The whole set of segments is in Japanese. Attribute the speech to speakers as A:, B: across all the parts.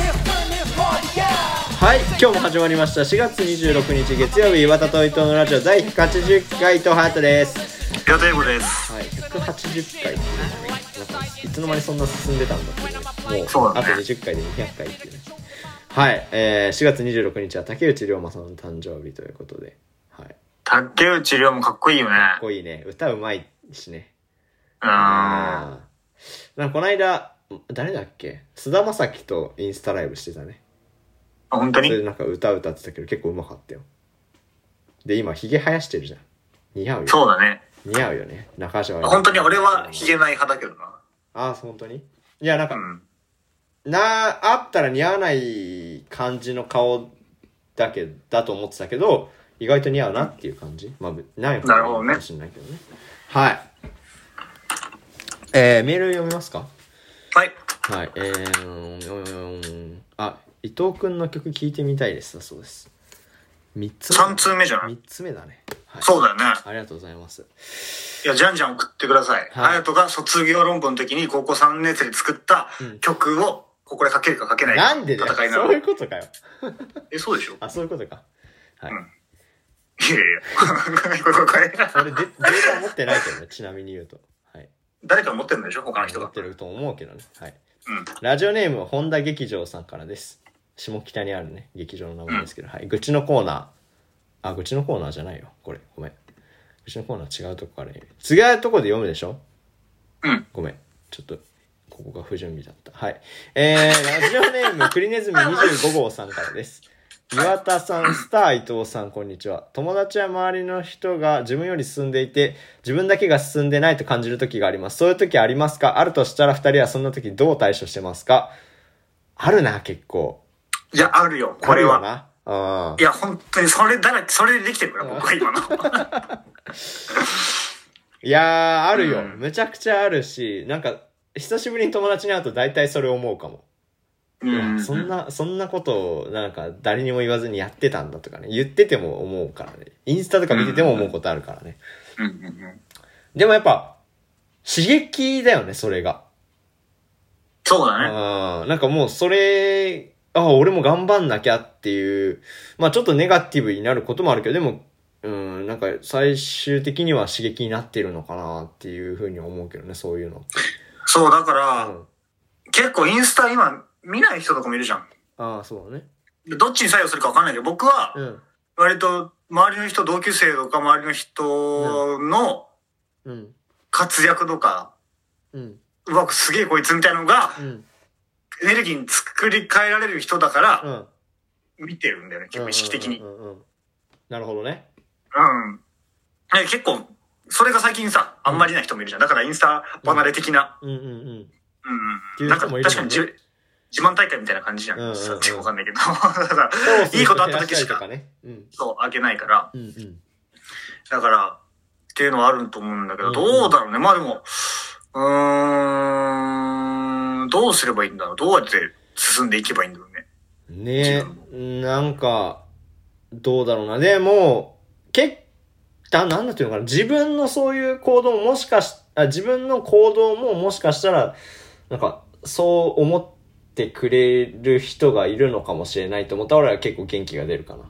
A: this, turn this party out
B: はい今日も始まりました4月26日月曜日岩田と伊藤のラジオ第180回とハートです
C: 岩田英語です。
B: はい180回っていうのねなんかいつの間にそんな進んでたんだっていうねもう
C: そうだね
B: あと20回で200回っていうねはい、えー、4月26日は竹内涼真さんの誕生日ということではいか
C: 竹内涼もかっこいいよね。
B: っこいいね歌うまいしね
C: うん。あ
B: あーなんかこの間誰だっけ菅田将暉とインスタライブしてたね
C: 本当
B: それ
C: に
B: でなんか歌歌ってたけど結構うまかったよで今ひげ生やしてるじゃん似合うよ
C: そうだね。
B: 似合うよね中島
C: 本当に俺はヒゲない派だけどな。
B: ああ本当にいやなんか、
C: うん。
B: なあったら似合わない感じの顔だけだと思ってたけど意外と似合うなっていう感じまあない方
C: なるほ
B: がいい
C: どね
B: かもしれないけどねはいえー、メール読みますか
C: はい。
B: はい、えー、うんあ、伊藤くんの曲聴いてみたいです。だそうです。三つ目。
C: 三通目じゃない
B: 三つ目だね。はい。
C: そうだよね。
B: ありがとうございます。
C: いや、じゃんじゃん送ってください。
B: はい
C: 隼人が卒業論文の時に高校3年生で作った曲を、ここでかけるかかけない
B: な
C: か
B: ん
C: の
B: でだよ
C: 戦いな
B: そういう
C: の。
B: ことかよ。
C: え、そうでしょい
B: あ、そういうことか。はい。
C: んやいやいやこれこれこれ。
B: 俺デ、データ持ってないけどね、ちなみに言うと。はい。
C: 誰か持ってるんでしょ他の人
B: 持
C: が
B: っ。てると思うけどね。はい。
C: うん。
B: ラジオネームは本田劇場さんからです。下北にあるね、劇場の名前ですけど、はい。愚痴のコーナー。あ、愚痴のコーナーじゃないよ。これ、ごめん。愚痴のコーナー違うとこから、ね、違うとこで読むでしょ
C: うん。
B: ごめん。ちょっと、ここが不準備だった。はい。えー、ラジオネーム、クリネズミ25号さんからです。岩田さん、スター伊藤さん、こんにちは。友達や周りの人が自分より進んでいて、自分だけが進んでないと感じる時があります。そういう時ありますかあるとしたら二人はそんな時どう対処してますかあるな、結構。
C: いや、あるよ。これ
B: ある
C: は。
B: よな。うん
C: い。や、本当に、それだらけ、それでできてるから、僕は今の。
B: いやー、あるよ。
C: うん
B: むちゃくちゃあるし、なんか、久しぶりに友達に会うと大体それ思うかも。
C: う
B: いやそん。な、そんなことを、なんか、誰にも言わずにやってたんだとかね、言ってても思うからね。インスタとか見てても思うことあるからね。
C: うんうんうん。
B: でもやっぱ、刺激だよね、それが。
C: そうだね。
B: うん。なんかもう、それ、あ、俺も頑張んなきゃっていう、まあちょっとネガティブになることもあるけど、でも、うん、なんか、最終的には刺激になってるのかなっていうふうに思うけどね、そういうのって。
C: そう、だから、
B: うん
C: 結構インスタ今見ない人とかもいるじゃん。
B: ああ、そうだね。
C: でどっちに作用するか分かんないけど、僕は
B: うん。
C: 割と周りの人、同級生とか周りの人の
B: うん。
C: 活躍とか、
B: うん。
C: うわ、すげえこいつみたいなのが
B: うん。
C: エネルギーに作り変えられる人だから
B: うん。
C: 見てるんだよね、結構意識的に。
B: うんうんうんうん。なるほどね。
C: うん。で結構、それが最近さ、あんまりない人もいるじゃん。だからインスタ離れ的な。
B: うんうんうん。
C: うん。なんか確かにじゅ自慢大会みたいな感じじゃん。
B: うんうんうん
C: さ分かんないけど。だ から いいことあった時しか
B: ね。うん。
C: そう、あげないから。
B: うんうん。
C: だから、っていうのはあると思うんだけど、
B: うん
C: どうだろうね。まあでも、うーん、どうすればいいんだろう。どうやって進んでいけばいいんだろうね。
B: ねえ、なんか、どうだろうな。でも、結だなんだっていうのかな。自分のそういう行動ももしかし、あ自分の行動ももしかしたら、なんか、そう思ってくれる人がいるのかもしれないと思ったら俺は結構元気が出るかな。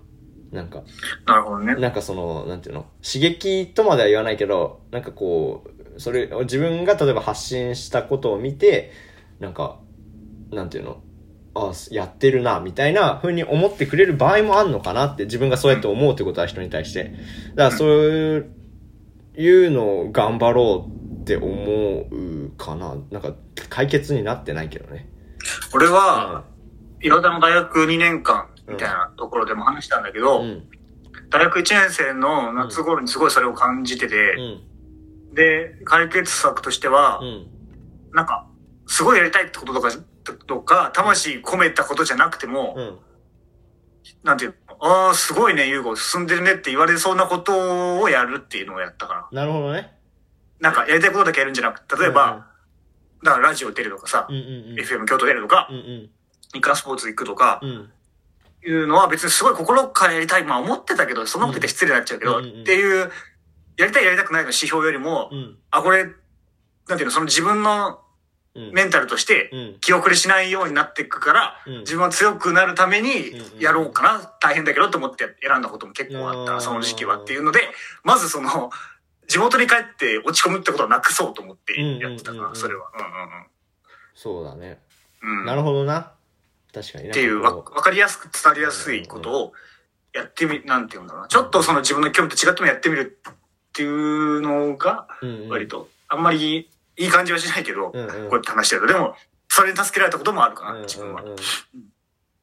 B: なんか。
C: なるほど ね。
B: なんかその、なんていうの、刺激とまでは言わないけど、なんかこう、それ、自分が例えば発信したことを見て、なんか、なんていうの、あやってるな、みたいな風に思ってくれる場合もあんのかなって、自分がそうやって思うってことは人に対して。だからそういうのを頑張ろうって思うかな。なんか、解決になってないけどね。
C: 俺は、岩田の大学2年間みたいなところでも話したんだけど、
B: うん。
C: 大学1年生の夏頃にすごいそれを感じて
B: う
C: て、
B: ん。
C: で、解決策としては、
B: うん。
C: なんか、すごいやりたいってこととか、とか、魂込めたことじゃなくても、
B: うん。
C: なんていうの、ああ、すごいね、ユーゴ、進んでるねって言われそうなことをやるっていうのをやったから。
B: なるほどね。
C: なんか、やりたいことだけやるんじゃなくて、例えば、だからラジオ出るとかさ
B: う、んうんうん。
C: FM 京都出るとか
B: う、んうん
C: 日刊スポーツ行くとか
B: う、ん。
C: いうのは別にすごい心からやりたい、まあ思ってたけど、そんなこと言って失礼になっちゃうけど、
B: うんうんうん
C: っていう、やりたいやりたくないの指標よりも、
B: うん
C: あ、これ、なんていうの、その自分の
B: うん。
C: メンタルとして
B: うん
C: 気遅れしないようになっていくから、
B: うん
C: 自分は強くなるために
B: うんうん
C: やろうかな、大変だけどと思って選んだことも結構あった
B: あー
C: な、その時期はっていうので、まずその、地元に帰って落ち込むってことはなくそうと思ってやってた
B: うんうんうんう
C: か
B: ん
C: ら、それは。う
B: そうだね。
C: んうんうん。うん
B: なるほどな。確かに。っ
C: っていうわ、わかりやすく伝わりやすいことをやってみ、なんていうんだろうな。ちょっとその自分の興味と違ってもやってみるっていうのが、割
B: 割。
C: と、あんまりいい感じはしないけど、
B: うんうん
C: こうやって話してると。でも、それに助けられたこともあるか
B: うんう
C: な、自分は。
B: んうん。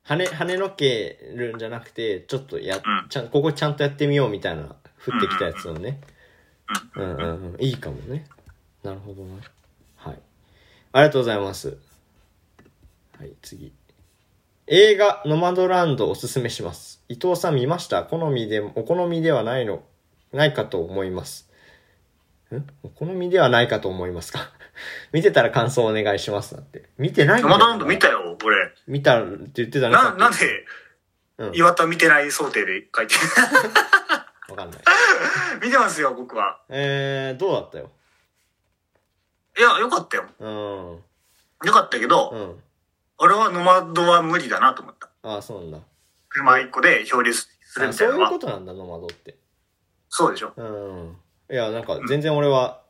B: 跳ね、跳ねのけるんじゃなくて、ちょっとや、
C: ん
B: ちゃん、ここちゃんとやってみようみたいな、降ってきたやつをね。うんうんうん。いいかもね。なるほどな。はい。ありがとうございます。はい、次。映画、ノマドランドおすすめします。伊藤さん見ました好みで、お好みではないの、ないかと思います。んお好みではないかと思いますか 見てたら感想お願いします。だって。見てないん
C: ノ
B: だよ
C: マドランド見たよ、俺。
B: 見たって言ってたね。さ
C: な、
B: っき
C: なんで、
B: うん
C: 岩田見てない想定で書いて
B: わ
C: る
B: かんない。
C: 見てますよ、僕は。
B: えー、どうだったよ。
C: いや、よかったよ。
B: うん。
C: よかったけど、
B: うん。
C: 俺はノマドは無理だなと思った。
B: ああ、そうなんだ。
C: 車一個で漂流する
B: あ
C: みた
B: そ
C: いな
B: う
C: の
B: いう
C: は。
B: ことなんだ、ノマドって。
C: そうでしょ。
B: うん。いや、なんか、全然俺は、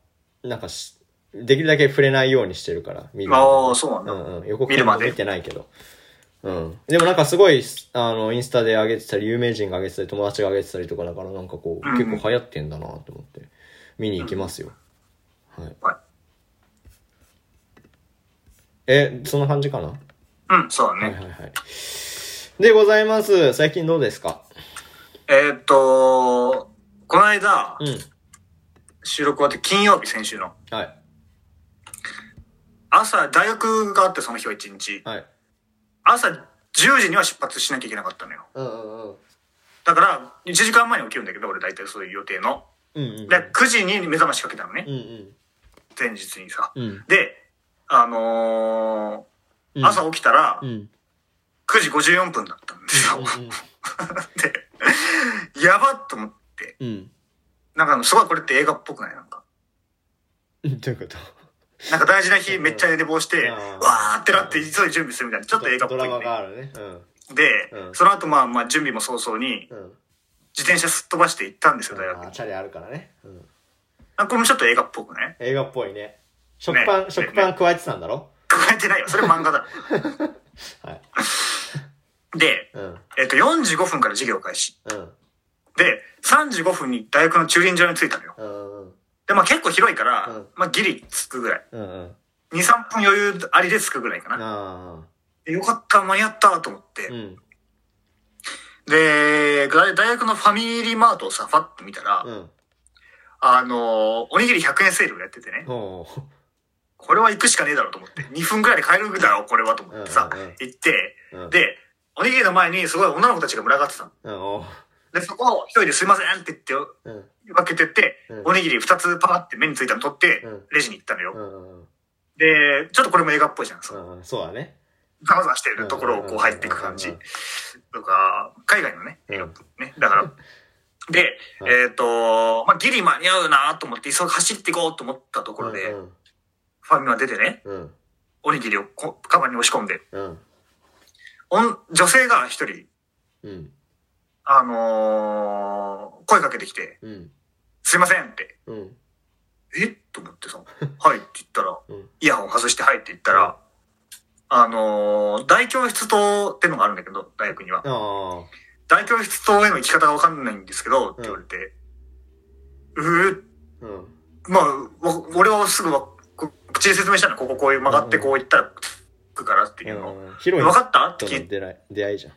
B: なんかし、できるだけ触れないようにしてるから、見
C: ああ、そうなんだ。
B: うんうん。予告
C: 見るまで
B: 見てないけど。うん。でもなんかすごい、あの、インスタで上げてたり、有名人が上げてたり、友達が上げてたりとかだから、なんかこう、
C: うんうん
B: 結構流行ってんだなと思って、見に行きますよ。はい。
C: はい
B: え、そんな感じかな
C: うん、そうだね。
B: はいはいはい。でございます。最近どうですか
C: えーっと、この間、
B: うん。
C: 収録終わって金曜日、先週の。
B: はい。
C: 朝、大学があって、その日は一日。
B: はい。
C: 朝10時には出発しなきゃいけなかったのよ。
B: うんうんうん。
C: だから、1時間前に起きるんだけど、俺大体そういう予定の。
B: うんうん。
C: で、9時に目覚ましかけたのね
B: う。ん
C: 前日にさ。
B: うん。
C: で、あの
B: う
C: ー
B: ん。
C: 朝起きたら
B: う、ん。
C: 9時54分だったんですよ。で、 やばっと思って。
B: うん。
C: なんかあの、すごいこれって映画っぽくないなんか。
B: うん。どういうこと
C: なんか大事な日めっちゃ寝坊して、
B: う
C: わ
B: ん
C: ーってなって急いで準備するみたいな、ちょっと映画っぽい、
B: ドラマ
C: ね
B: が。あるね。うん。
C: で、
B: うん
C: その後まあまあ準備も早々に
B: うん。
C: 自転車すっ飛ばして行ったんですよ、大学
B: あー。
C: に
B: チャリあるからね。うん。
C: あこれもちょっと映画っぽくね。
B: 映画っぽいね。食パン、
C: ね
B: 食パン加えてたんだろ
C: 加えてないよ。それ漫 画だ。
B: はい。
C: で、
B: うん。
C: えっ、と、45分から授業開始。
B: うん。
C: で、35分に大学の駐輪場に着いたのよ。
B: うんうん。
C: で、まあ結構広いから、
B: うん
C: まあギリ着くぐらい。
B: うんうん。
C: 2、3分余裕ありで着くぐらいかな。
B: あ
C: でよかった、間に合ったと思って。
B: ーうん。
C: で、大学のファミリーマートをさ、ファッと見たら、
B: うん。
C: あのーおにぎり100円セールをやっててね。
B: ほ
C: これは行くしかねえだろうと思って、2分ぐらいで帰るだろう、これはと思ってさ
B: うんうんうん、
C: 行って、
B: う。うん。
C: で、おにぎりの前にすごい女の子たちが群がってたの。
B: うん。お
C: で、そこを一人ですいませんって言って
B: うん。
C: 分けてって、
B: うん
C: おにぎり2つパーって目についたの取って
B: うん、
C: レジに行ったのよ。
B: うんうん
C: で、ちょっとこれも映画っぽいじゃん。その
B: うん。うん。そうだね。
C: ざわざわしてるところをこう入っていく感
B: う
C: じ
B: んうん
C: とか、海外のね、
B: うん
C: 映画っぽいね。だから、で、
B: うん
C: えっと、まあ、ギリ間に合うなと思って、急ぐ走っていこうと思ったところ
B: う
C: で、
B: ん
C: ファミマ出てね、
B: うん。うん
C: おにぎりをこカバンに押し込んで、
B: うん。
C: おん女性が一人、
B: うん。
C: あのー声かけてきて、
B: うん。
C: すいませんって、
B: うん。
C: えと 思ってさ、はいって言ったら、
B: うん
C: イヤホン外してはいって言ったら、あのー大教室棟ってのがあるんだけど、大学には。
B: あ
C: 大教室棟への行き方がわかんないんですけど、って言われて、うー、
B: あ。うん。
C: まあ、わ俺はすぐわこ口で説明したの、こここういう曲がってこう行ったら、くからっていうのを。
B: うん広い
C: わかったって
B: 人
C: 聞
B: の出
C: い
B: 会い出会いじゃん。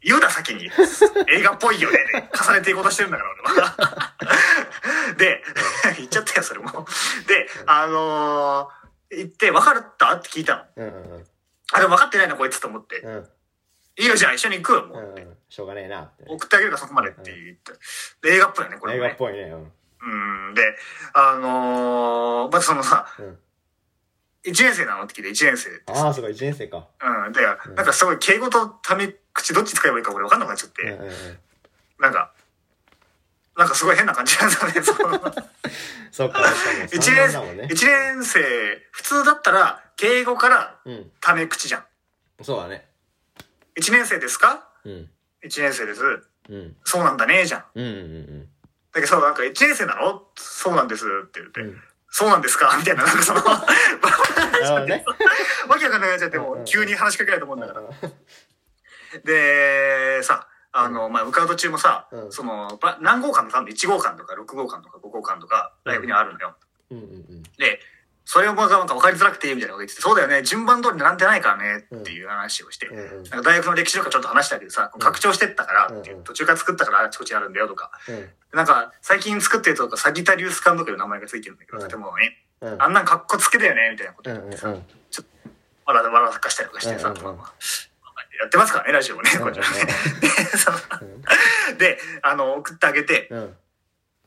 C: 言うな先に。映画っぽいよね。重ねていこうとしてるんだから、俺は。 で、言っちゃったよ、それも。で、あのー、言って、分かったって聞いた
B: う
C: の。
B: んうん
C: あれ分かってないな、こいつと思って。
B: うん。
C: いいよ、じゃあ一緒に行くよ、も
B: う
C: う。
B: ん、しょうがねえなって。
C: 送ってあげるからそこまでって言って。で映画っぽいよね、これ
B: 映
C: も
B: 画っ
C: ね。
B: ぽいね。うん。
C: うん。で、あのー、まずその さ、
B: うん、
C: 1年生なのって聞いて、1年生って
B: ああ、そうか、1年生か。
C: うん。で、なんかすごい敬語とため口どっち使えばいいか俺分かんなくなっちゃって、
B: うんうんうん、
C: なんか、なんかすごい変な感じなんだね。その
B: そうか、確か
C: 一
B: に。三
C: 年
B: だもんね。
C: 一年生、普通だったら、敬語から
B: うん。
C: ため口じゃん。
B: そうだね。
C: 1年生ですか
B: うん。
C: ?1 年生です。
B: うん。
C: そうなんだね、じゃん。
B: うんうん
C: だけど、なんか1年生なのそうなんですって言って、
B: うん。うん。
C: そうなんですかみたいな、なん かその、わ
B: なるほどね。
C: けわかんなくなっちゃって、も
B: うんう
C: うん急に話しかけられたもんだから。で、さ、あの、まあ、受かる途中もさ、
B: うん
C: その、ば何号館の単位 ?1 号館とか6号館とか5号館とか、大学にはあるのよ。
B: うんうん
C: で、それもなんか分かりづらくて、みたいなこと言ってて、そうだよね、順番通り並んでないからね、っていう話をして、
B: うん。うんうん。
C: なんか大学の歴史とかちょっと話したけどさ、拡張してったからっていう、
B: うん
C: 途中から作ったからあちこちあるんだよとか、
B: うん
C: なんか最近作ってるとか、サギタリウス館とかいう名前がついてるんだけど、
B: うん
C: 建物に、
B: うん。
C: あんなん格好つけだよね、みたいなこと
B: うん
C: 言
B: うん
C: っ
B: う
C: て
B: ん
C: さ、わらわらかしたりとかしてさ、
B: うんうんうん
C: まあまあやってますからね、ラジオもね、これねでそので、あの、送ってあげて、
B: うん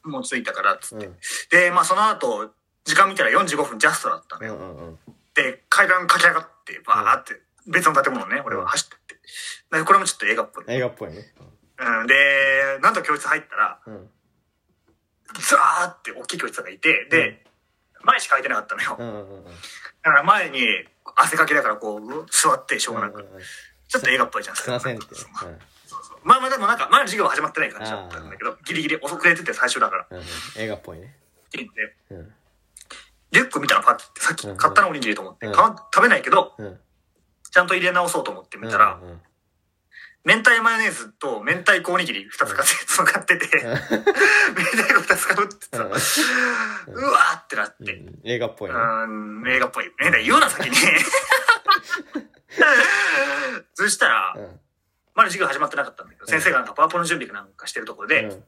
C: もう着いたからっつっ
B: うんうん
C: て。で、まあその後、時間見たら45分ジャストだったのよ。
B: うんうん
C: で、階段駆け上がって、バーって、別の建物ね、俺は走ってって。でこれもちょっと映画っぽい。
B: 映画っぽいね。
C: うん、で、なんと教室入ったら、
B: うん
C: ザーって大きい教室がいて、で、前しか空いてなかったのよ。
B: う
C: だ
B: んうんうんうん
C: から前に汗かきだからこう、座ってしょうがな
B: う
C: く。
B: んうん。す
C: ちょっと映画っぽいじゃん。
B: いませんって。
C: そうそうまあまあでもなんか、前の授業は始まってない感じだったんだけど、ギリギリ遅くれてて最初だから。
B: うんうん映画っぽいね。
C: で、
B: うん
C: リュックみたいなパッて、さっき買ったのおにぎりと思って、
B: うん
C: 買わん食べないけど、
B: うん。
C: ちゃんと入れ直そうと思って見たら、
B: うんうん
C: 明太マヨネーズと明太子おにぎり2つ買って、その買ってて、明太子2つ買うってさ、
B: うん
C: うわーってなっ
B: う
C: て、
B: ん映画っぽいうね。
C: ーん、映画っぽい。ねだから言うな、先に。 そしたら、
B: うん
C: まだ授業始まってなかったんだけど、先生がなんかパワポの準備かなんかしてるところで、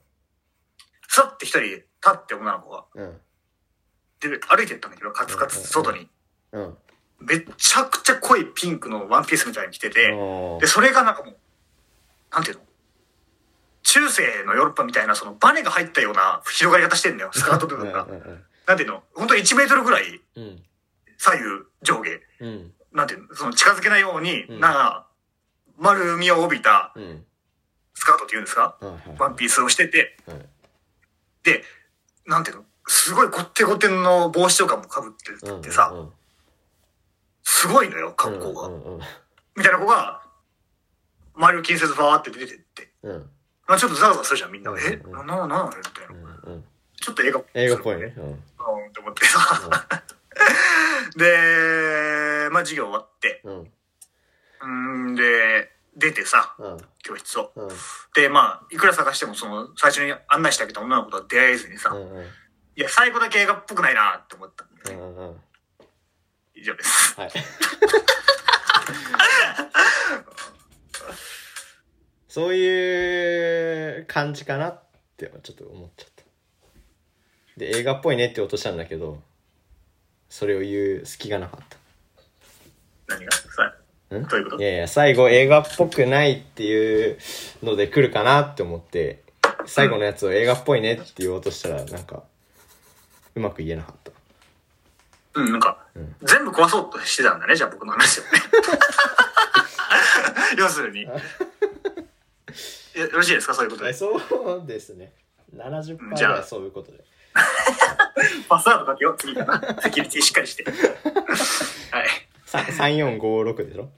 C: さって一人立って女の子が、
B: うんうん
C: で、歩いてったんだけど、カツカツ外に。
B: うん。
C: めちゃくちゃ濃いピンクのワンピースみたいに着てて、
B: お
C: で、
B: ー
C: それがなんかもう、なんていうの中世のヨーロッパみたいな、そのバネが入ったような広がり方して んだよ、スカート
B: う
C: 部
B: んう
C: 分
B: ん
C: が。なんていうの本当1メートルぐらい
B: うん
C: 左右上下、
B: うん
C: なんていうのその近づけないように、
B: うん
C: な丸みを帯びた
B: うん
C: スカートっていうんですか
B: うんはい
C: ワンピースをしてて、
B: はい
C: で、なんていうのすごいゴッテゴテの帽子とかも被
B: う
C: っ
B: ん
C: ててさ、
B: うん
C: すごいのよ、格好が。
B: うんうん
C: みたいな子が、周りを気にせずファーって出てって、
B: うんうん
C: まあ、ちょっとザワザワするじゃん、みんな。
B: うん
C: えな、な、な、な、みたいな。
B: うんうん
C: ちょっと映画
B: 映画っぽいね。。うん
C: うん、と思ってさ。 で、まあ、授業終わって、
B: うん
C: うん、で、出てさ、
B: うん
C: 教室を。
B: うん
C: で、まあ、いくら探しても、その、最初に案内してあげた女の子とは出会えずにさ、
B: うんうん
C: いや、最後だけ映画っぽくないなって思ったん
B: う
C: で、
B: んうんうん
C: 以上です。
B: はい。そういう感じかなってちょっと思っちゃった。で、映画っぽいねって落としたんだけど、それを言う隙がなかった。
C: 何がさ
B: ん
C: どういうこと
B: いやいや、最後映画っぽくないっていうので来るかなって思って、最後のやつを映画っぽいねって言おうとしたら、なんか、うまく言えなかった。
C: うん、なんか、
B: うん
C: 全部壊そうとしてたんだね、じゃあ僕の話をね。 要するに。えよろしいですか、そういうことで。
B: そうですね。70%ぐ
C: じゃあ
B: らいそういうことで。
C: パスワードだけよ、次かな。セキュリティしっかりして。はい。
B: さ3456でしょ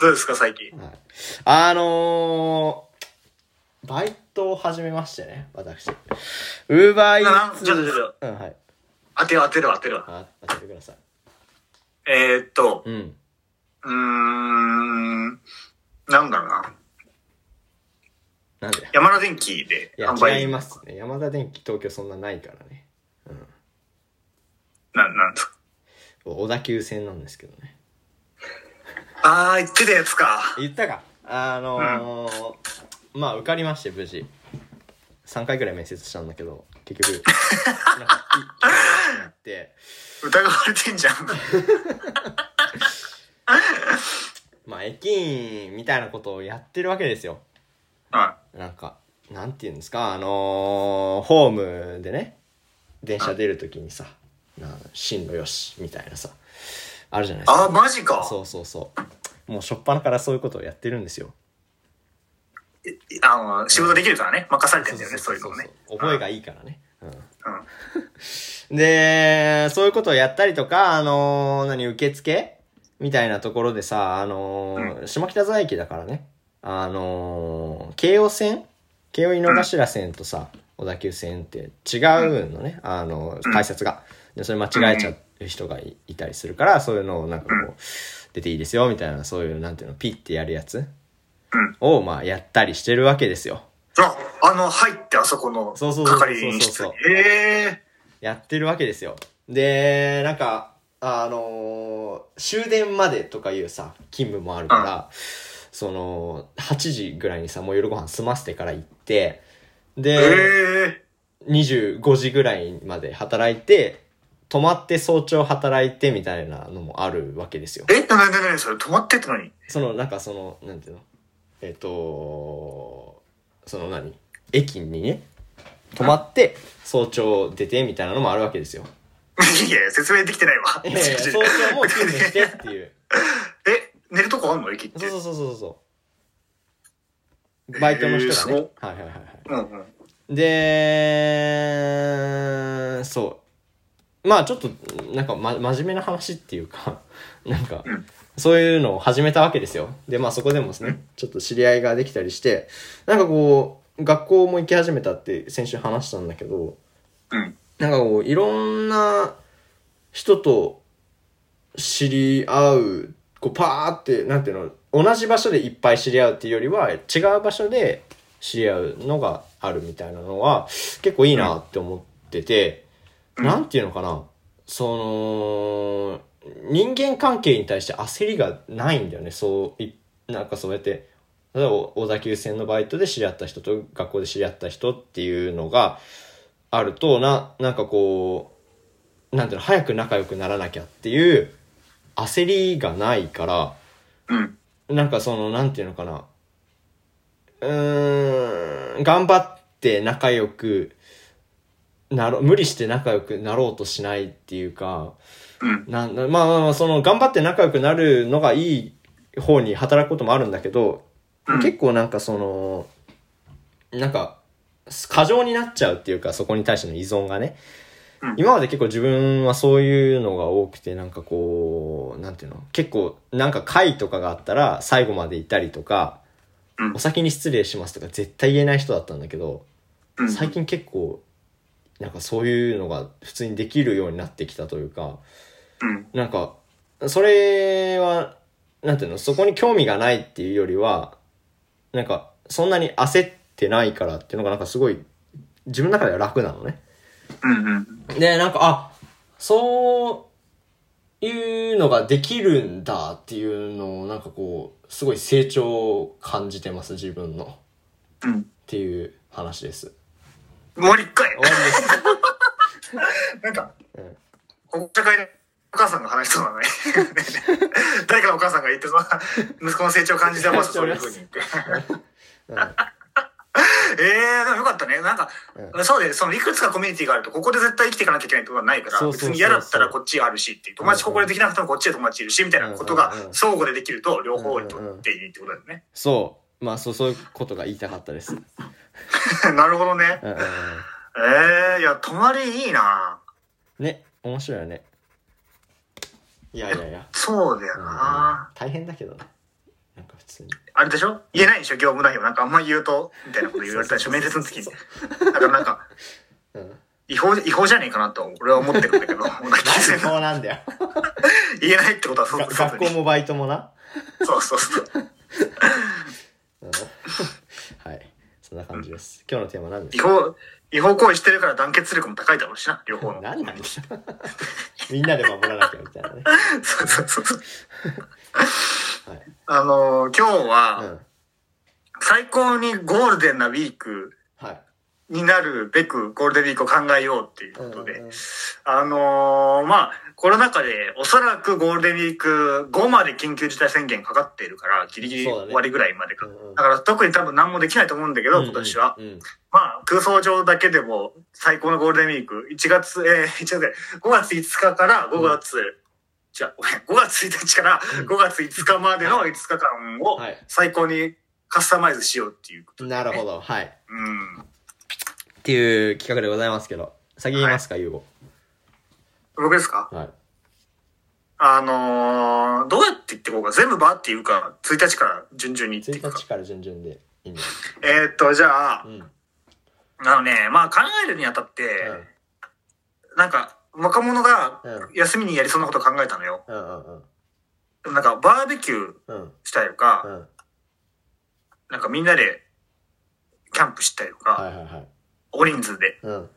C: どうですか、最近。
B: はい、あのー、バイトを始めましてね、私。ウーバーイ
C: な
B: ー
C: な
B: ツ。
C: ちょっとちょっ
B: う
C: と
B: ん、はい。
C: 当てよう当てるわ当てるわ。
B: あ、当ててください。
C: えー、っと、
B: うん。
C: うーん、なんだろうな。
B: なんで
C: 山田電機で
B: い
C: 販
B: や、
C: 売
B: 違いますね。山田電機東京そんなないからね。
C: な、なんですか。
B: 小田急線なんですけどね。
C: あー、言ってたやつか。
B: 言ったか。あのー、まあ、受かりまして、無事。3回ぐらい面接したんだけど、結 局、なんか、いいってなって。
C: 疑われてんじゃん。
B: まあ、駅員みたいなことをやってるわけですよ。
C: は
B: なんか、なんていうんですか、あのーホームでね、電車出るときにさ、な進路よし、みたいなさ、あるじゃない
C: い。
B: です
C: ああ、
B: か。
C: マジか。
B: そうそうそう。もう、しょっぱなからそういうことをやってるんですよ。
C: あの、仕事できる人はね、任されてるんだよね、そういうのをね。
B: 覚えがいいからね。うん
C: うん。うん
B: で、そういうことをやったりとか、あのー何、受付みたいなところでさ、あのー下北沢駅だからね、あのー京王線京王井の頭線とさ、小田急線って違うのね、あのー解説が。で、それ間違えちゃう人がいいたりするから、そういうのをなんかこう、出ていいですよ、みたいな、そういう、なんていうの、ピッてやるやつ
C: ん
B: を、まあ、やったりしてるわけですよ。
C: あ、あの、入ってあそこの
B: そうそうそうそう
C: 係員室
B: そう
C: に
B: そ。
C: ええ
B: やってるわけですよ。で、なんか、あのー終電までとかいうさ、勤務もあるから、その、8時ぐらいにさ、もう夜ご飯済ませてから行って、
C: ー。
B: で、
C: え
B: 25時ぐらいまで働いて、泊まって早朝働いてみたいなのもあるわけですよ
C: え。。え、ななななそれ止まってってのに。
B: その、なんかその、なんていうのえっ、とその何駅にね、泊まって早朝出てみたいなのもあるわけですよ。
C: いやいや、説明できてないわ。
B: いやいや早朝もう勤務してっていう。
C: え、寝るとこあんの駅って。
B: そうそうそうそうそう。
C: えー
B: バイトの人が
C: す
B: ね。
C: ご
B: はいはいはいはい。
C: うんうん。
B: で、そう。まあちょっと、なんか、ま、真面目な話っていうか、 なんか、
C: うん
B: そういうのを始めたわけですよ。で、まあそこでもですね、ちょっと知り合いができたりして、なんかこう、学校も行き始めたって先週話したんだけど、
C: うん。
B: なんかこう、いろんな人と知り合う、こう、パーって、なんていうの、同じ場所でいっぱい知り合うっていうよりは、違う場所で知り合うのがあるみたいなのは、結構いいなって思ってて、なんていうのかな、その、人間関係に対して焦りがないんだよね、そう、いなんかそうやって、例えば小田急線のバイトで知り合った人と学校で知り合った人っていうのが、あるとななんかこうなんていうの早く仲良くならなきゃっていう焦りがないから
C: うん。
B: なんかそのなんていうのかなうーん頑張って仲良くなろ無理して仲良くなろうとしないっていうか
C: うん。
B: なんまあまあまあその頑張って仲良くなるのがいい方に働くこともあるんだけど、
C: うん
B: 結構なんかそのなんか過剰になっちゃうっていうかそこに対しての依存がね、
C: うん
B: 今まで結構自分はそういうのが多くてなんかこうなんていうの結構なんか会とかがあったら最後までいたりとか、
C: うん
B: お先に失礼しますとか絶対言えない人だったんだけど、
C: うん。
B: 最近結構なんかそういうのが普通にできるようになってきたというか
C: うん。
B: なんかそれはなんていうのそこに興味がないっていうよりはなんかそんなに焦ってないからっていうのがなんかすごい自分の中では楽なのね。
C: うん。うん。
B: でなんかあそういうのができるんだっていうのをなんかこうすごい成長を感じてます自分のっ
C: うん。
B: ていう話です。
C: 終わりかい
B: 終わりです
C: なんか
B: うん、
C: お茶会でお母さんが話しそうなのに。 誰かのお母さんが言ってそうな、息子の成長を感じてます、そういうふうに言って。ええー、でもよかったね。なんか、
B: う
C: そうで、その、いくつかコミュニティがあると、ここで絶対生きていかなきゃいけないってことはないから、
B: そうそうそうそう
C: 別に嫌だったらこっちあるしっていう、友達ここでできなくてもこっちで友達いるし、みたいなことが
B: うんうんうん
C: 相互でできると、両方にとっていいってことだよね。
B: そう。まあ、そう、そういうことが言いたかったです。うんう
C: なるほどね。
B: んうん
C: ええー、いや、泊まりいいな
B: ね、面白いよね。いやいやいや。
C: そうだよ
B: うんうん
C: な、
B: 大変だけどね。なんか普通 に。
C: あれでしょ言えないでしょ業務内容。なんかあんま言うと、みたいなこと言われたでしょ面接の時に。だからなんか、
B: うん。
C: 違法、違法じゃねえかなと、俺は思ってる んだけど、なんか
B: そうなんだよ。
C: 言えないってことはそう
B: が
C: そう
B: 学校もバイトもな。
C: そうそうそう。
B: うんはい。そんな感じです。今日のテーマ何で
C: 違
B: すか
C: 法、違法行為してるから団結力も高いだろうしな、両方の。
B: 何なんですかみんなで守らなきゃみたいなね。
C: そうそうそうそう。
B: はい。
C: あのー今日
B: う
C: は、
B: ん。
C: 最高にゴールデンなウィーク
B: はい。
C: になるべくゴールデンウィークを考えようっていうことで、
B: うんうん
C: あのーまあ、コロナ禍でおそらくゴールデンウィーク後まで緊急事態宣言かかっているから、ギリギリ
B: そうだね
C: 終わりぐらいまでか。だ
B: うんうん
C: から特に多分何もできないと思うんだけど、今年は。
B: うんうん
C: まあ、空想上だけでも最高のゴールデンウィーク、1月、えー、1月、5月5日から5月、じゃあ、ごめん5月1日から5月5日までの5日間を
B: はい
C: 最高にカスタマイズしようっていうこと。
B: うんなるほどはいっ
C: うん。
B: ていう企画でございますけど先言いますか優吾
C: 僕ですか
B: はい
C: あのー、どうやって言ってこうか全部バーって言うか、1日から順々に言っていく
B: 1
C: か
B: 日。から順々でいいんだ
C: えーっと、じゃあ
B: う、ん
C: あのね、まあ考えるにあたって、なんか、若者が
B: うん
C: 休みにやりそうなことを考えたのよ。
B: うんうんうん
C: でもなんか、バーベキュー
B: うん
C: したりとか、
B: うん
C: なんかみんなでキャンプしたりとか、
B: はいはいはい
C: 大人数で
B: うん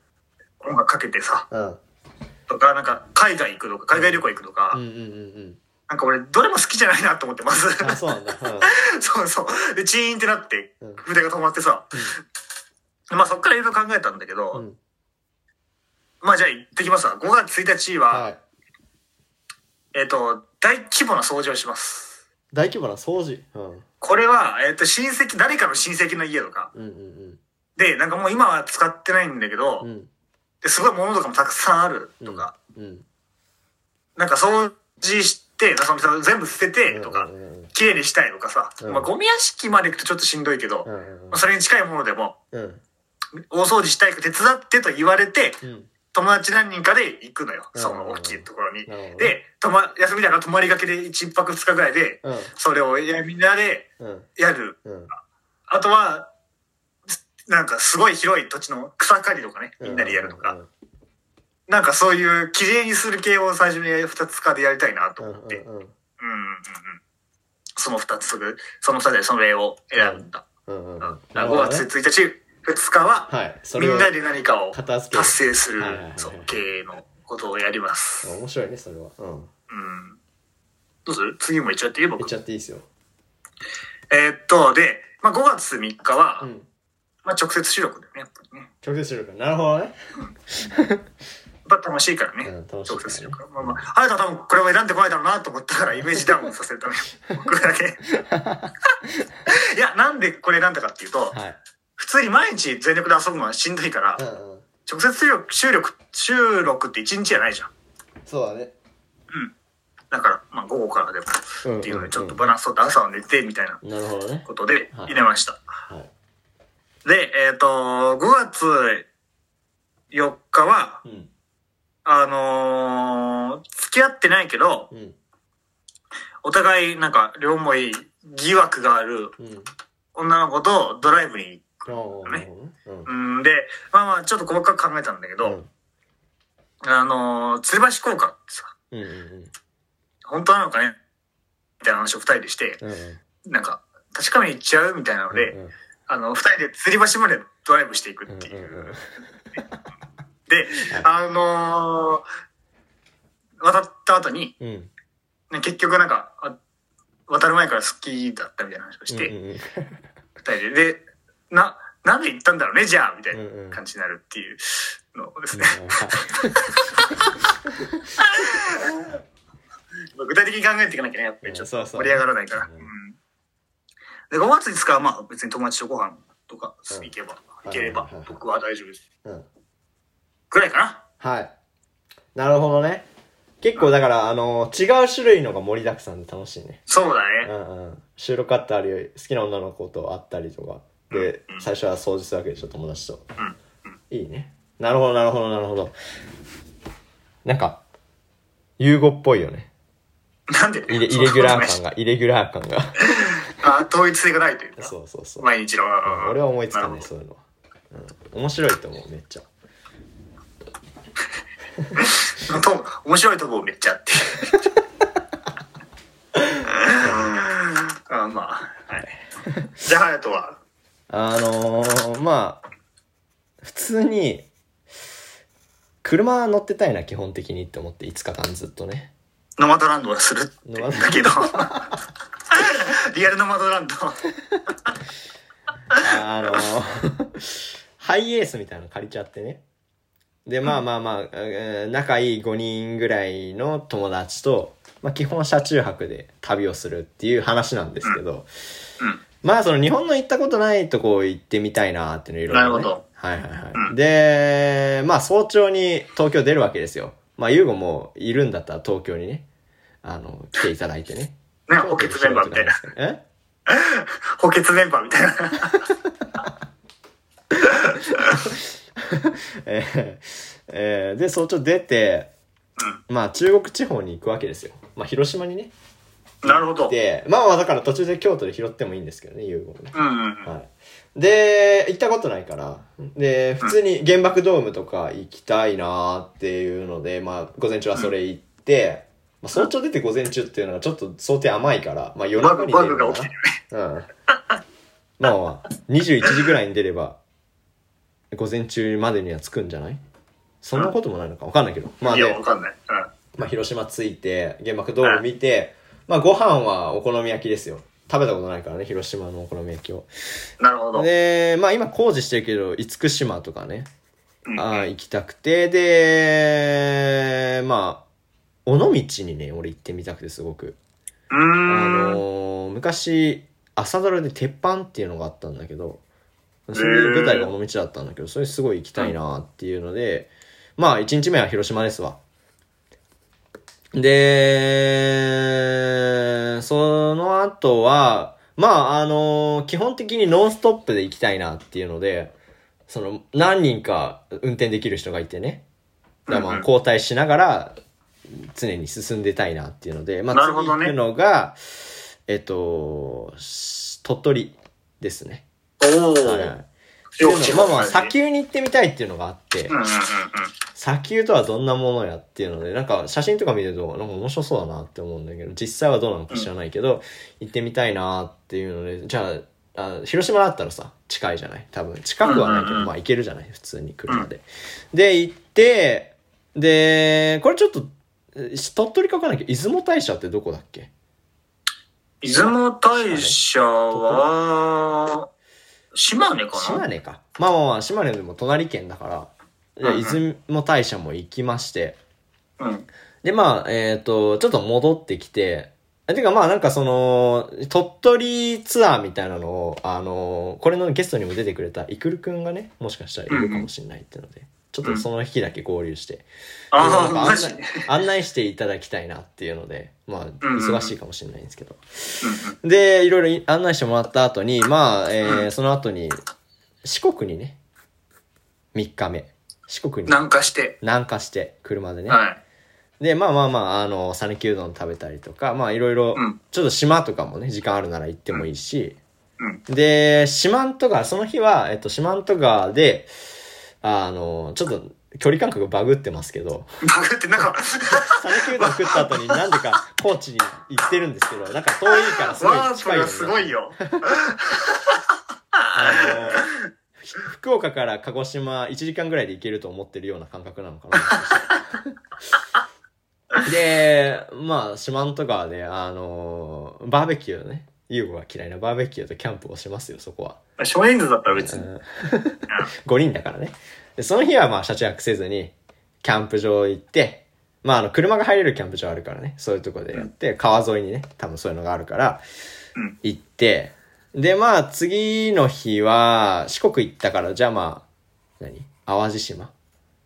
C: 音楽かけてさ、
B: うん
C: とか、なんか海外行くとか、海外旅行行くとか、
B: うんうんうん
C: なんか俺、どれも好きじゃないなと思ってます。
B: うんあそうなんだうん
C: そうそう。で、チーンってなって
B: うん、
C: 腕が止まってさ、まあそっからいろいろ考えたんだけど、
B: う ん
C: まあじゃあ行ってきますわ。5月1日は、
B: はい
C: えっ、と、大規模な掃除をします。
B: 大規模な掃除うん
C: これは、えっ、と、親戚、誰かの親戚の家とか。
B: うんうん
C: で、なんかもう今は使ってないんだけど、
B: うんうん
C: ですごい物とかもたくさんあるとか、
B: うん
C: なんか掃除して、そのその全部捨ててとか
B: うん、うんうん
C: 綺麗にしたいとかさ、
B: うん
C: まあゴミ屋敷まで行くとちょっとしんどいけど、
B: うんうん
C: まあそれに近いものでも、
B: うんうん
C: 大掃除したいから手伝ってと言われて、
B: うん
C: 友達何人かで行くのよ。
B: うん
C: その大きいところに
B: なるほどね。
C: で、泊ま、休みだから泊まりがけで1泊2日ぐらいで、
B: うん
C: それをいやみんなで
B: うん
C: やる。
B: うん
C: あとは、なんかすごい広い土地の草刈りとかね、みんなでやると
B: うん
C: か、なんかそういう綺麗にする系を最初に2つかでやりたいなと
B: うん
C: 思って、うんうん
B: うん
C: うんうん。その2つ、その2でそれを選んだ。
B: うんうんうん
C: うん。
B: なる
C: 5
B: ほどね
C: 月1日、2日は、
B: はいそ
C: み
B: れを
C: んなで何かを
B: 片付け
C: 達
B: る
C: 成する
B: はいはいはいはい
C: そう経営のことをやります。
B: 面白いねそれはうん
C: うん。どうする次も言っちゃっていい
B: 言っ
C: 僕。
B: ちゃっていいですよ
C: えーっと、で、まあ、5月3日は、
B: うん
C: まあ、直接収録だよね、やっぱりね。
B: 直接収録なるほどね
C: やっぱ楽しいからね。
B: うん楽しいからね
C: 直接収録。まあまあ、あなたは多分これを選んでこないだろうなと思ったから、イメージダウンさせるた めに、僕だけ。いや、なんでこれ選んだかっていうと、
B: はい
C: 普通に毎日全力で遊ぶのはしんどいから
B: う、んうん
C: 直接収録、収録、収録って1日じゃないじゃん。
B: そうだね
C: だから、まあ、午後からでもっていうので、ちょっとバランス取って朝は寝て、みたいな
B: なるほどね
C: ことで
B: はい
C: 入れました。
B: はい
C: で、えっ、と、5月4日は、
B: うん
C: あのー付き合ってないけど、
B: うん
C: お互いなんか両思い疑惑がある
B: うん
C: 女の子とドライブに
B: あーなるほどねうん
C: 行く。うんで、まあまあ、ちょっと細かく考えたんだけど、あのー吊り橋効果ってさ、
B: うんうんうん
C: 本当なのかねみたいな話を二人でして、
B: うんうん
C: なんか、確かめに行っちゃうみたいなので、
B: うんうん
C: あの、二人で吊り橋までドライブしていくっていう。
B: うんうんうん
C: で、あのー渡った後に、
B: うん
C: ね、結局なんか、あ渡る前から好きだったみたいな話をして、
B: うんうんうん
C: 二人で、で、な、なんで行ったんだろうね、じゃあみたい
B: うんうん
C: な感じになるっていうのをですね、 具体的に考えていかなきゃね、やっぱりちょっ
B: う
C: と
B: んそうそう
C: 盛り上がらないから。
B: うん
C: うんで、5月5日はまあ別に友達とご飯とか行けば、
B: うん
C: 行ければ
B: はいはいはいはい
C: 僕は大丈夫です。
B: うん
C: ぐらいかな。
B: はいなるほどね結構だからあのー違う種類のが盛りだくさんで楽しいね
C: そうだ
B: う
C: ね。
B: んうん収録あったり好きな女の子と会ったりとかで、
C: うんうん
B: 最初は掃除するわけでしょ友達と、
C: ん
B: いいねなるほどなるほどなるほどなんか優吾っぽいよね
C: なんで
B: イレイレギュラー
C: そう
B: 感がイレギュラー感が
C: あ、統一性がないというか。
B: そうそうそう
C: 毎日の。
B: 俺は思いつかな
C: る
B: い
C: ほど
B: そういうのは、うん、面白いと思うめっちゃ
C: と面白いとこめっちゃ あって。 あまあ、 はい。じゃあ、ハヤトは。
B: あのー、まあ普通に車乗ってたいな基本的にって思って5日間ずっとね
C: ノマドランドはするって
B: ノマド
C: だ けどリアルノマドランド
B: あの、ハイエースみたいなの借りちゃってね。で、まあまあまあ、えー仲いい5人ぐらいの友達と、まあ基本車中泊で旅をするっていう話なんですけど、
C: うん
B: まあその日本の行ったことないとこ行ってみたいなっていうのいろいろ、ね。
C: なるほど
B: はいはいはい。
C: うん
B: で、まあ早朝に東京出るわけですよ。まあ優吾もいるんだったら東京にね、あの、来ていただいて ね。
C: ね、補欠メンバーみたいな。
B: え
C: 補欠メンバーみたい な。
B: え ーえーで早朝出て、まあ中国地方に行くわけですよ、まあ、広島にね
C: なるほど。
B: でまあまあだから途中で京都で拾ってもいいんですけどね優吾もね、
C: うんうんうん。
B: はい、で行ったことないからで普通に原爆ドームとか行きたいなーっていうので、まあ、午前中はそれ行って、まあ、早朝出て午前中っていうのがちょっと想定甘いから、まあ、夜
C: バ
B: 中
C: グ、
B: に出
C: バ
B: る
C: グ
B: か
C: が
B: な
C: 起きてる。
B: うん。まあまあ、21時ぐらいに出れば、午前中までには着くんじゃないそんなこともないのかわかんないけど。まあ
C: いや、
B: ね
C: わ、かんない。うん。
B: まあ広島着いて、原爆ドーム見て、まあご飯はお好み焼きですよ。食べたことないからね、広島のお好み焼きを。
C: なるほど。
B: で、まあ今工事してるけど、厳島とかね、
C: うん
B: ああ行きたくて、で、まあ、尾道にね、俺行ってみたくてすごく。
C: うー
B: あ
C: ん。
B: のー昔朝ドラで「鉄板」っていうのがあったんだけどそれ
C: へー
B: で舞台が尾道だったんだけどそれすごい行きたいなっていうので、まあ1日目は広島ですわでその後はまああのー基本的にノンストップで行きたいなっていうのでその何人か運転できる人がいてねだからまあ
C: うんうん
B: 交代しながら常に進んでたいなっていうので、まあ、
C: な
B: 次
C: るほど
B: 行
C: ね
B: くのが、えっと、し鳥取ですね。
C: お
B: はい
C: ー。よく
B: って
C: 知
B: い
C: ら
B: うのま
C: ない
B: あまあ、砂丘に行ってみたいっていうのがあって
C: うん、うんうんうん。
B: 砂丘とはどんなものやっていうので、なんか写真とか見ると、なんか面白そうだなって思うんだけど、実際はどうなのか知らないけど、行ってみたいなっていうので、じゃあ、あ広島だったらさ、近いじゃない多分。近くはないけ
C: うんうん
B: ど、
C: うん
B: まあ行けるじゃない普通に車で。で、行って、で、これちょっと、え鳥取書かなきゃ、出雲大社ってどこだっけ
C: 出雲大社は、島根か
B: 島
C: な
B: 根か。まあまあまあ、島根でも隣県だから、
C: うん
B: で
C: うん
B: 出雲大社も行きまして、
C: うん。
B: で、まあ、えっ、と、ちょっと戻ってきて、えてかまあなんかその、鳥取ツアーみたいなのを、あの、これのゲストにも出てくれた、いくるくんがね、もしかしたらいるかもしれないっていうので、ちょっとその日だけ合流して、
C: ああ、
B: なんか
C: マ
B: 案
C: ジ。
B: 内案内していただきたいなっていうので、まあ、
C: うんうん
B: 忙しいかもしれないんですけど。で、いろいろ案内してもらった後に、まあ、えーその後に、四国にね、3日目、四国に
C: なんかして。
B: 南下して、車でね。
C: はい。
B: で、まあまあまあ、あの、讃岐うどん食べたりとか、まあいろいろ
C: うん、
B: ちょっと島とかもね、時間あるなら行ってもいいし、
C: うん
B: で、四万十川、その日は、えっと、四万十川で、あの、ちょっと距離感覚バグってますけ ど、
C: バグってなん か、
B: 讃岐うどん食った後になんでか高知に行ってるんですけど、なんか遠いからすごい
C: ワープ
B: 近いよ、
C: が
B: ね。
C: すごいよ。
B: あの、ひ福岡から鹿児島1時間ぐらいで行けると思ってるような感覚なのかな。で、まあ、四万十川で、あのバーベキューね。優吾が嫌いなバーベキューとキャンプをしますよ、そこは。
C: 少人数だったら別に。
B: 5人だからね。で、その日はまあ、車中泊せずに、キャンプ場行って、まあ、あの、車が入れるキャンプ場あるからね、そういうとこでやって、川沿いにね、多分そういうのがあるから
C: うん、
B: 行って、で、まあ、次の日は、四国行ったから、じゃあまあ、何淡路島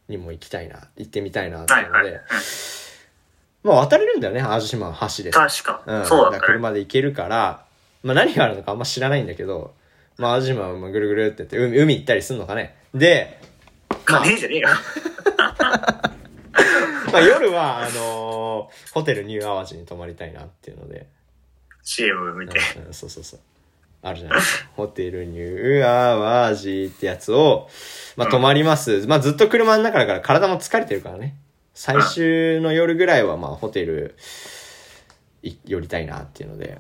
B: にも行きたいな、行ってみたいなって
C: は
B: いう
C: いは
B: の
C: い。う
B: で
C: ん、
B: まあ、渡れるんだよね、淡路島の橋で。
C: 確か
B: う。ん、
C: そうだ
B: だか
C: っ
B: ら
C: たね。
B: 車で行けるから、まあ何があるのかあんま知らないんだけど、まあ、淡路島をぐるぐるってやって、海海行ったりすんのかね。で、
C: かねえじゃねえよ。
B: まあ夜は、あのーホテルニューアワジに泊まりたいなっていうので、
C: CM 見て。
B: うんうんそうそうそう。あるじゃないですか。ホテルニューアワジってやつを、まあ泊まります。まあずっと車の中だから体も疲れてるからね。最終の夜ぐらいは、まあホテル、い寄りたいなっていうので。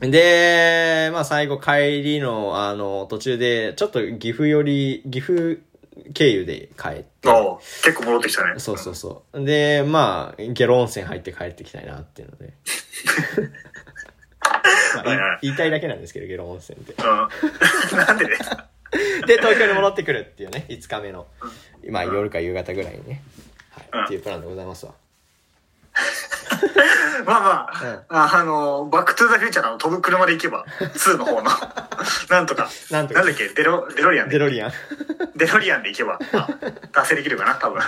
B: で、まあ最後帰りの、あの、途中で、ちょっと岐阜より、岐阜経由で帰って、
C: おう結構戻ってきたね。
B: そうそうそう。で、まあ、ゲロ温泉入って帰ってきたいなっていうので。 まあ、い言いたいだけなんですけど、ゲロ温泉って。
C: うん。なんでね。
B: で、東京に戻ってくるっていうね、5日目の、今、夜か夕方ぐらいにね、
C: う
B: は
C: ん
B: い、っていうプランでございますわ。
C: まあまあ、ああの、バックトゥーザフューチャーの飛ぶ車で行けば、2の 方の、なんとか、
B: なんとか
C: だっけ、デロ、デロリアン
B: デ
C: で、
B: ロリアン。
C: デロリアンで行けば、あ達成できるかな、多分。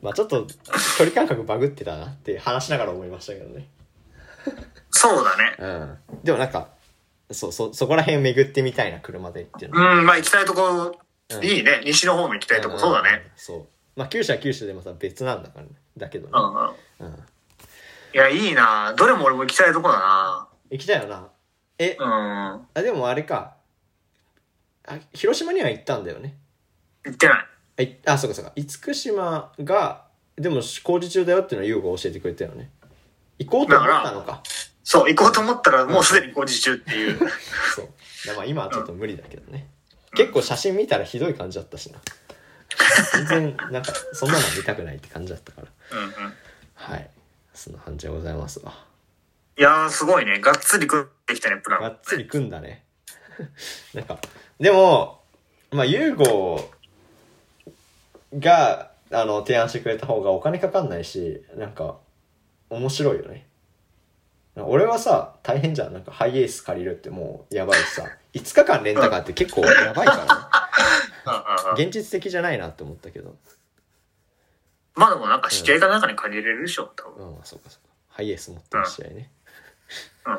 B: まあちょっと、距離感覚バグってたなって話しながら思いましたけどね。
C: そうだね。
B: うん。でもなんか、そう、そ、そこら辺巡ってみたいな、車でっていうの。
C: うん、まあ行きたいとこ、
B: うん
C: いいね。西の方も行きたいとこ、そうだね。。
B: そう。まあ九州は九州でもさ、別なんだからね。だけどね
C: う。んうん。
B: うん。
C: いや、いいなどれも俺も行きたいとこだな
B: 行きたいよな。え、
C: うん。行
B: あ、でもあれか。あ、広島には行ったんだよね。
C: ってない。
B: あいあ、そうかそうか。厳島が、でも工事中だよっていうのを優子が教えてくれたよね。行こうと思ったのか。
C: そう、行こうと思ったら、もうすでに工事中っ ていう。
B: そう。でまあ今はちょっと無理だけどね。結構写真見たらひどい感じだったしな。全然、なんか、そんなの見たくないって感じだったから。
C: うんうん。
B: はい。そんな感じでございますわ。
C: いやー、すごいね。がっつり食ってきたね、プラ
B: が
C: ン。
B: っつり組んだね。なんか、でも、まあ、ユーゴが、あの、提案してくれた方がお金かかんないし、なんか、面白いよね。俺はさ、大変じゃん。なんか、ハイエース借りるってもう、やばいしさ。5日間レンタカーって結構やばいか
C: うんうんう
B: ら
C: ん
B: ね。現実的じゃないなって思ったけど。
C: まあでもなんか試合かなんかに借りれるでしょ、多分。
B: うん、まあそうかそうか。ハイエース持ってる試合ね。
C: うん。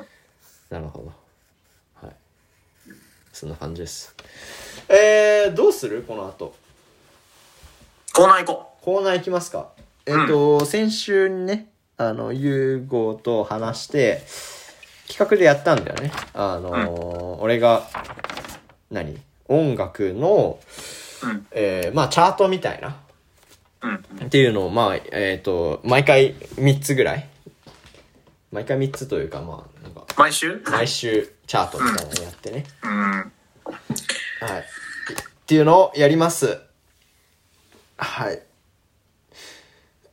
B: なるほど。はい。そんな感じです。えー、どうするこの後。
C: コーナー行こ
B: コーナー行きますか。えっ、と、先週にね、あの、ゆうごと話して、企画でやったんだよね。あのー俺が、何音楽の、
C: う。うん。
B: えー、まあ、チャートみたいな。
C: うんうん。
B: っていうのを、まあ、えっ、と、毎回3つぐらい。毎回3つというか、まあ、なんか、
C: 毎週
B: 毎週チャートみたいなのやってね。
C: うん。
B: はい。っていうのをやります。はい。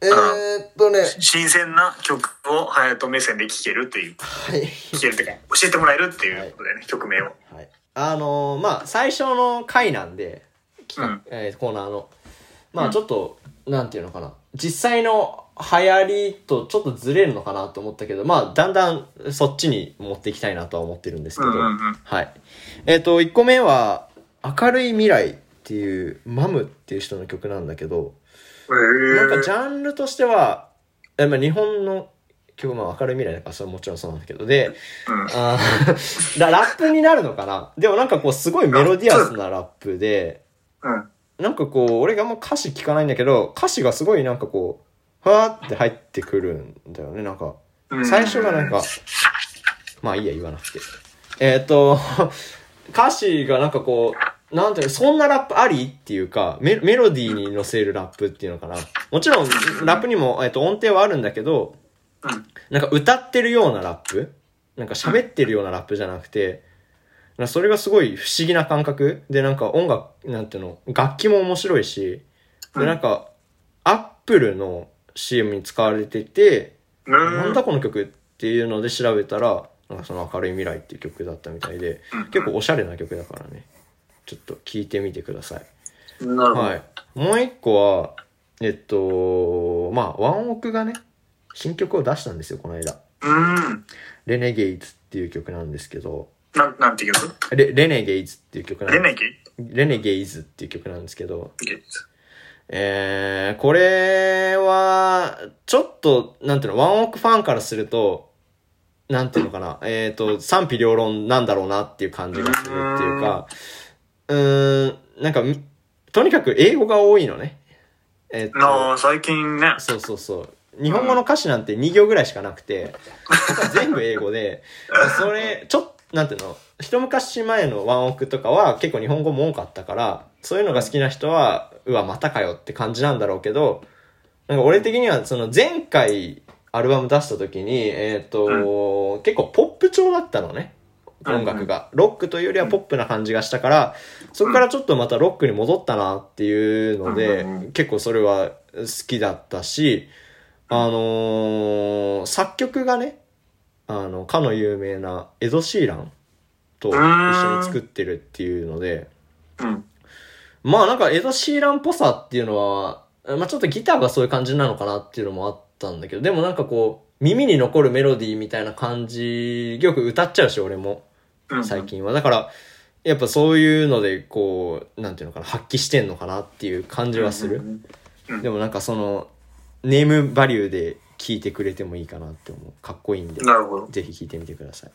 B: えー、っとね、
C: 新鮮な曲を隼人目線で聴けるっていう。
B: はい。
C: 聴けるってか、教えてもらえるっていうことだよね、曲名を。
B: はい。あのーまあ、最初の回なんで、企画、
C: うん
B: えーコーナーの。ま
C: う
B: あ、
C: ん
B: ちょっと、なんていうのかな。実際の流行りとちょっとずれるのかなと思ったけど、まあ、だんだんそっちに持っていきたいなとは思ってるんですけど。
C: うんうんうん
B: はい。えっ、と、1個目は、明るい未来っていう、マムっていう人の曲なんだけど、なんかジ
C: へ
B: ャンルとしては、えまあ、日本の曲、まあ、明るい未来だから、それはもちろんそうなんだけど、で、
C: うん
B: あー ララップになるのかなでもなんかこう、すごいメロディアスなラップで、
C: ーうん。
B: なんかこう、俺があんま歌詞聞かないんだけど、歌詞がすごいなんかこう、はーって入ってくるんだよね、なんか。
C: うん
B: 最初がなんか、まあいいや、言わなくて。えーっと、 歌詞がなんかこう、なんていうのそんなラップありっていうか、メメロディーに乗せるラップっていうのかな。もちろん、ラップにも、えーっと、音程はあるんだけど、
C: うん
B: なんか歌ってるようなラップなんか喋ってるようなラップじゃなくて、なんかそれがすごい不思議な感覚で、なんか音楽、なんていうの、楽器も面白いし、で、なんか、アップルの CM に使われてて、
C: うん
B: なんだこの曲っていうので調べたら、なんかその明るい未来っていう曲だったみたいで、結構おしゃれな曲だからね。ちょっと聞いてみてください。
C: なるほど。
B: はい。もう一個は、えっと、まあ、ワンオクがね、新曲を出したんですよ、この間。
C: うん。
B: レネゲイズっていう曲なんですけど、
C: なん、なんていう曲
B: レレネゲイズっていう曲なん
C: レネキ
B: レネゲイズっていう曲なんですけど、
C: ゲ
B: えー、これは、ちょっと、なんていうの、ワンオクファンからすると、なんていうのかな、えっ、と、賛否両論なんだろうなっていう感じがするっていうか、うーん、なんかみ、とにかく英語が多いのね。えっ、と、
C: なあ、最近ね。
B: そうそうそう。日本語の歌詞なんて2行ぐらいしかなくて、全部英語 で、それ、ちょっと、なんていうの、一昔前のワンオクとかは結構日本語も多かったから、そういうのが好きな人は、うわ、またかよって感じなんだろうけど、なんか俺的にはその前回アルバム出した時に、えっ、と、結構ポップ調だったのね。音楽が。ロックというよりはポップな感じがしたから、そこからちょっとまたロックに戻ったなっていうので
C: う、
B: 結構それは好きだったし、あのー作曲がね、あの、かの有名なエド・シーランと一緒に作ってるっていうので、
C: うん。
B: まあなんかエド・シーランっぽさっていうのは、まあちょっとギターがそういう感じなのかなっていうのもあったんだけど、でもなんかこう、耳に残るメロディーみたいな感じ、よく歌っちゃうし、俺も、
C: うん。
B: 最近は。だから、やっぱそういうので、こう、なんていうのかな、発揮してんのかなっていう感じはす
C: う
B: る。
C: ん。
B: でもなんかその、ネームバリューで聴いてくれてもいいかなって思う。かっこいいんで、
C: なるほど。
B: ぜひ聴いてみてください。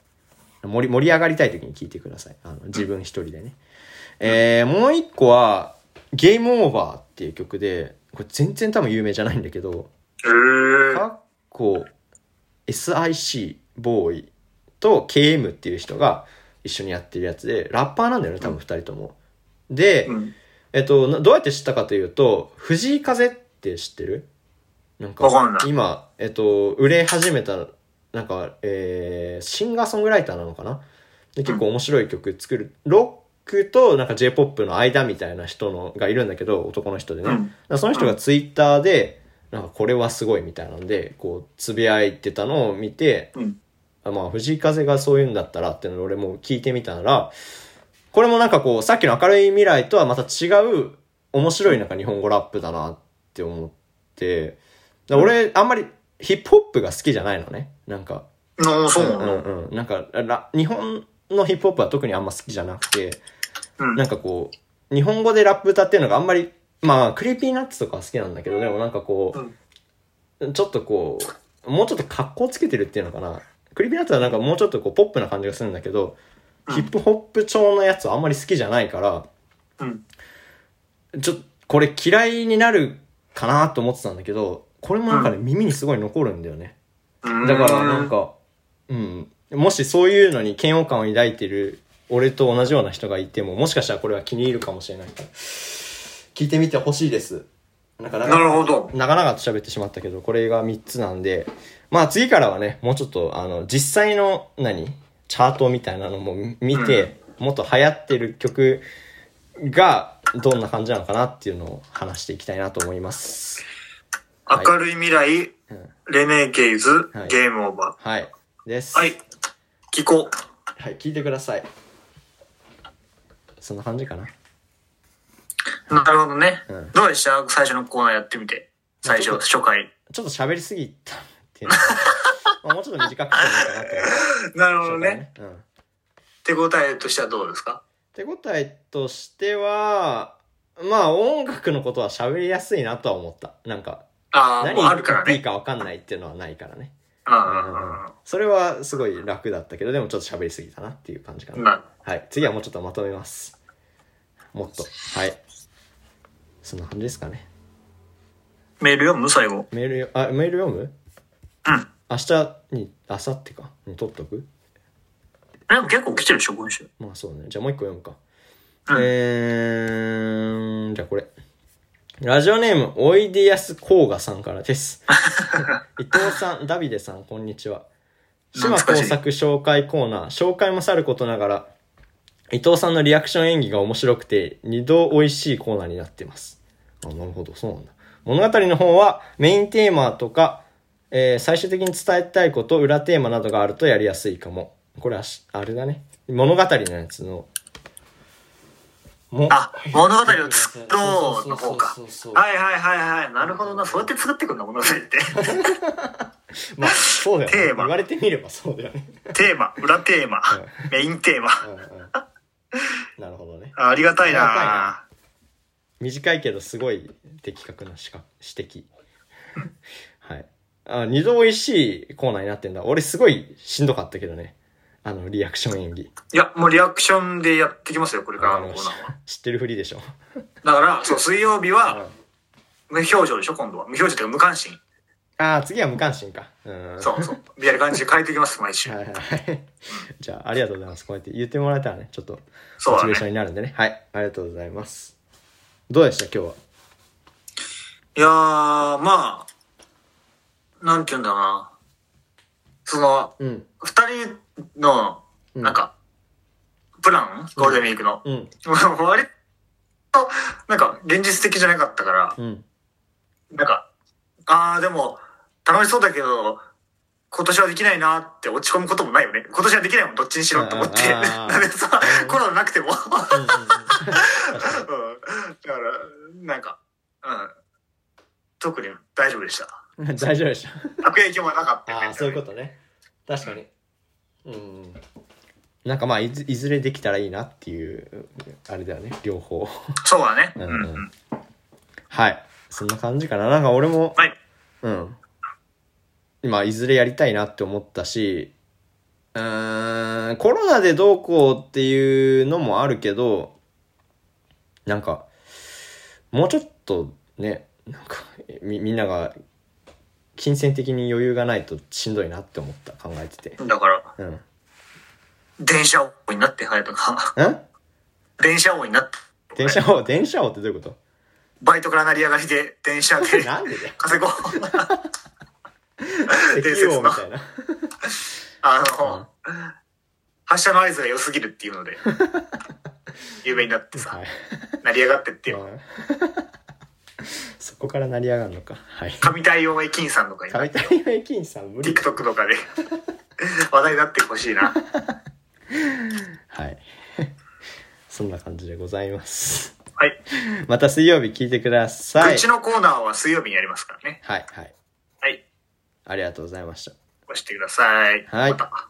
B: 盛り盛り上がりたい時に聴いてください。あの自分一人でね。えー、もう一個は、ゲームオーバーっていう曲で、これ全然多分有名じゃないんだけど、
C: えー
B: かっこ SIC ボーイと KM っていう人が一緒にやってるやつで、ラッパーなんだよね、多分二人とも。で、
C: うん。
B: えっと、などうやって知ったかというと、藤井風って知ってるなんか、
C: わかんない
B: 今、えっと、売れ始めた、なんか、えー、シンガーソングライターなのかなで結構面白い曲作る。ロックとなんか J-POP の間みたいな人のがいるんだけど、男の人でね。
C: うん
B: だからその人がツイッターで、なんかこれはすごいみたいなんで、こう、つぶやいてたのを見て、
C: うん。
B: あまあ、藤井風がそういうんだったらっていうのを俺も聞いてみたら、これもなんかこう、さっきの明るい未来とはまた違う、面白いなんか日本語ラップだなって思って、だ俺、あんまりヒップホップが好きじゃないのね。なんか、
C: ああ、そうな
B: う
C: の
B: んうん。なんか、ラ日本のヒップホップは特にあんま好きじゃなくて、
C: うん
B: なんかこう、日本語でラップ歌ってるのがあんまり、まあ、クリーピーナッツとかは好きなんだけど、でもなんかこう、ちょっとこう、もうちょっと格好つけてるっていうのかな。クリーピーナッツはなんかもうちょっとこう、ポップな感じがするんだけど、ヒップホップ調のやつはあんまり好きじゃないから、
C: うん。
B: ちょっと、これ嫌いになるかなと思ってたんだけど、これもなんかね、耳にすごい残るんだよね。
C: うん。
B: だからなんか、うん。もしそういうのに嫌悪感を抱いてる俺と同じような人がいても、もしかしたらこれは気に入るかもしれないから。聞いてみてほしいです。なんかな
C: なる
B: か、
C: ほど。
B: 長々と喋ってしまったけど、これが3つなんで、まあ次からはね、もうちょっと、あの、実際の、何チャートみたいなのも見て、もっと流行ってる曲が、どんな感じなのかなっていうのを話していきたいなと思います。はい
C: 明るい未来、レネーケイズ
B: はい、
C: ゲームオーバ
B: はい。です。
C: ー。はい。聞こう。
B: はい、聞いてください。そんな感じかな。
C: なるほどね
B: うん。
C: どうでした最初のコーナーやってみて。最
B: ちょ
C: 初、
B: っと
C: 初回。
B: ちょっと喋りすぎたって いうのがまあもうちょっと短くてもいいかなって思いま
C: なる
B: した
C: ほど
B: けど
C: ね。。
B: うん。
C: 手応えとしてはどうですか
B: 手応えとしては、まあ音楽のことは喋りやすいなとは思った。なんか、
C: ああ、
B: 何
C: もうあるか
B: 言
C: ら
B: っていい
C: ね。
B: かわかんないっていうのはないからね。
C: うんう
B: うん
C: んうん
B: うんそれはすごい楽だったけど、でもちょっと喋りすぎたなっていう感じか
C: うん。
B: な。
C: なる
B: はい。次はもうちょっとまとめます。もっと。はい。そんな感じですかね。
C: メール読む最後。
B: メールよ、あ、メール読む
C: うん。
B: 明日に、明後日か、に撮っとく
C: でも結構来てるでしょ、今週。
B: まあそうね。じゃあもう一個読むか。
C: うん
B: えー、じゃあこれ。ラジオネーム、おいでやすこうがさんから です。伊藤さん、ダビデさん、こんにちは。島工作紹介コーナー、紹介もさることながら、伊藤さんのリアクション演技が面白くて、二度美味しいコーナーになっています。あ、なるほど、そうなんだ。物語の方は、メインテーマとか、えー最終的に伝えたいこと、裏テーマなどがあるとやりやすいかも。これはし、あれだね。物語のやつの、も
C: あ、物語を作ろうの方か。
B: そうそうそうそう
C: はいはいはいはい。なるほどな。そうやって作ってくんだ、物語って。
B: まあ、そうだよね。
C: テーマ
B: 言われてみればそうだ よね。
C: テーマ、裏テーマ、メインテーマ。
B: うんうんなるほどね。
C: あありがたいな
B: あ短いけどすごい的確なしか指摘 はいあ二度美味しいコーナーになってんだ俺すごいしんどかったけどねあのリアクション演技
C: いや、もうリアクションでやってきますよ、これから
B: わか
C: の
B: りま
C: コー
B: し
C: ナーは。
B: た知ってるふりでしょ
C: だから、そう、水曜日
B: うん
C: は無表情でしょ、今度は。無表情というか無関心。
B: ああ次は無関心かうん
C: そうそう。みたいな感じで変えていきます、毎週
B: は。いはいはい じゃあありがとうございますこうやって言ってもらえたらねちょっと
C: そう
B: モチ
C: だ
B: ベ
C: ね
B: ーションになるんでねはいありがとうございますどうでした今日はい
C: やー、まあ、なんて言うんだろうな。その、
B: うん
C: 二人の、
B: うん
C: なんか、プランゴールデンウィークの。
B: うん
C: 割と、なんか、現実的じゃなかったから、
B: うん
C: なんか、あー、でも、楽しそうだけど、今年はできないなって落ち込むこともないよね。今年はできないもん、どっちにしろって思って。
B: あーあー
C: なんでさ、コロナなくても。うん。だ
B: うんうん
C: から、なんか、うん。特に大丈夫でした。
B: うん大丈夫でしょ
C: 悪影響もなかったよね。
B: ああそういうことね確かにうんなんかまあいずいずれできたらいいなっていうあれだよね両方
C: そうだね。
B: う
C: うんん
B: う
C: うんん。
B: はいそんな感じかななんか俺も
C: はい。
B: うん今いずれやりたいなって思ったしうーんコロナでどうこうっていうのもあるけどなんかもうちょっとねなんかみみんなが金銭的に余裕がないとしんどいなって思った考えてて
C: だから、
B: うんん
C: 電車王になって、隼人が。 電車王になって。
B: 電車王電車王ってどういうこ
C: バイトから成り上がりで、電車で
B: となんでだよ
C: 稼ごう。
B: 石油王みたいな
C: あの、発車の合図が良すぎるっていう ので、有名になってさ
B: は、い
C: 成り上がってっていう。
B: うん そこから成り上がるのかはい
C: 神対応駅員さんとかに、
B: 神谷駅員さん無理
C: TikTok とかで 話題になってほしいな。
B: はい。 そんな感じでございます。
C: はい。
B: また水曜日聞いてくださ
C: う
B: い。
C: ちのコーナーは水曜日にやりますからね。
B: はい、はい。
C: はい。
B: ありがとうございました。
C: 押してください。
B: はい
C: また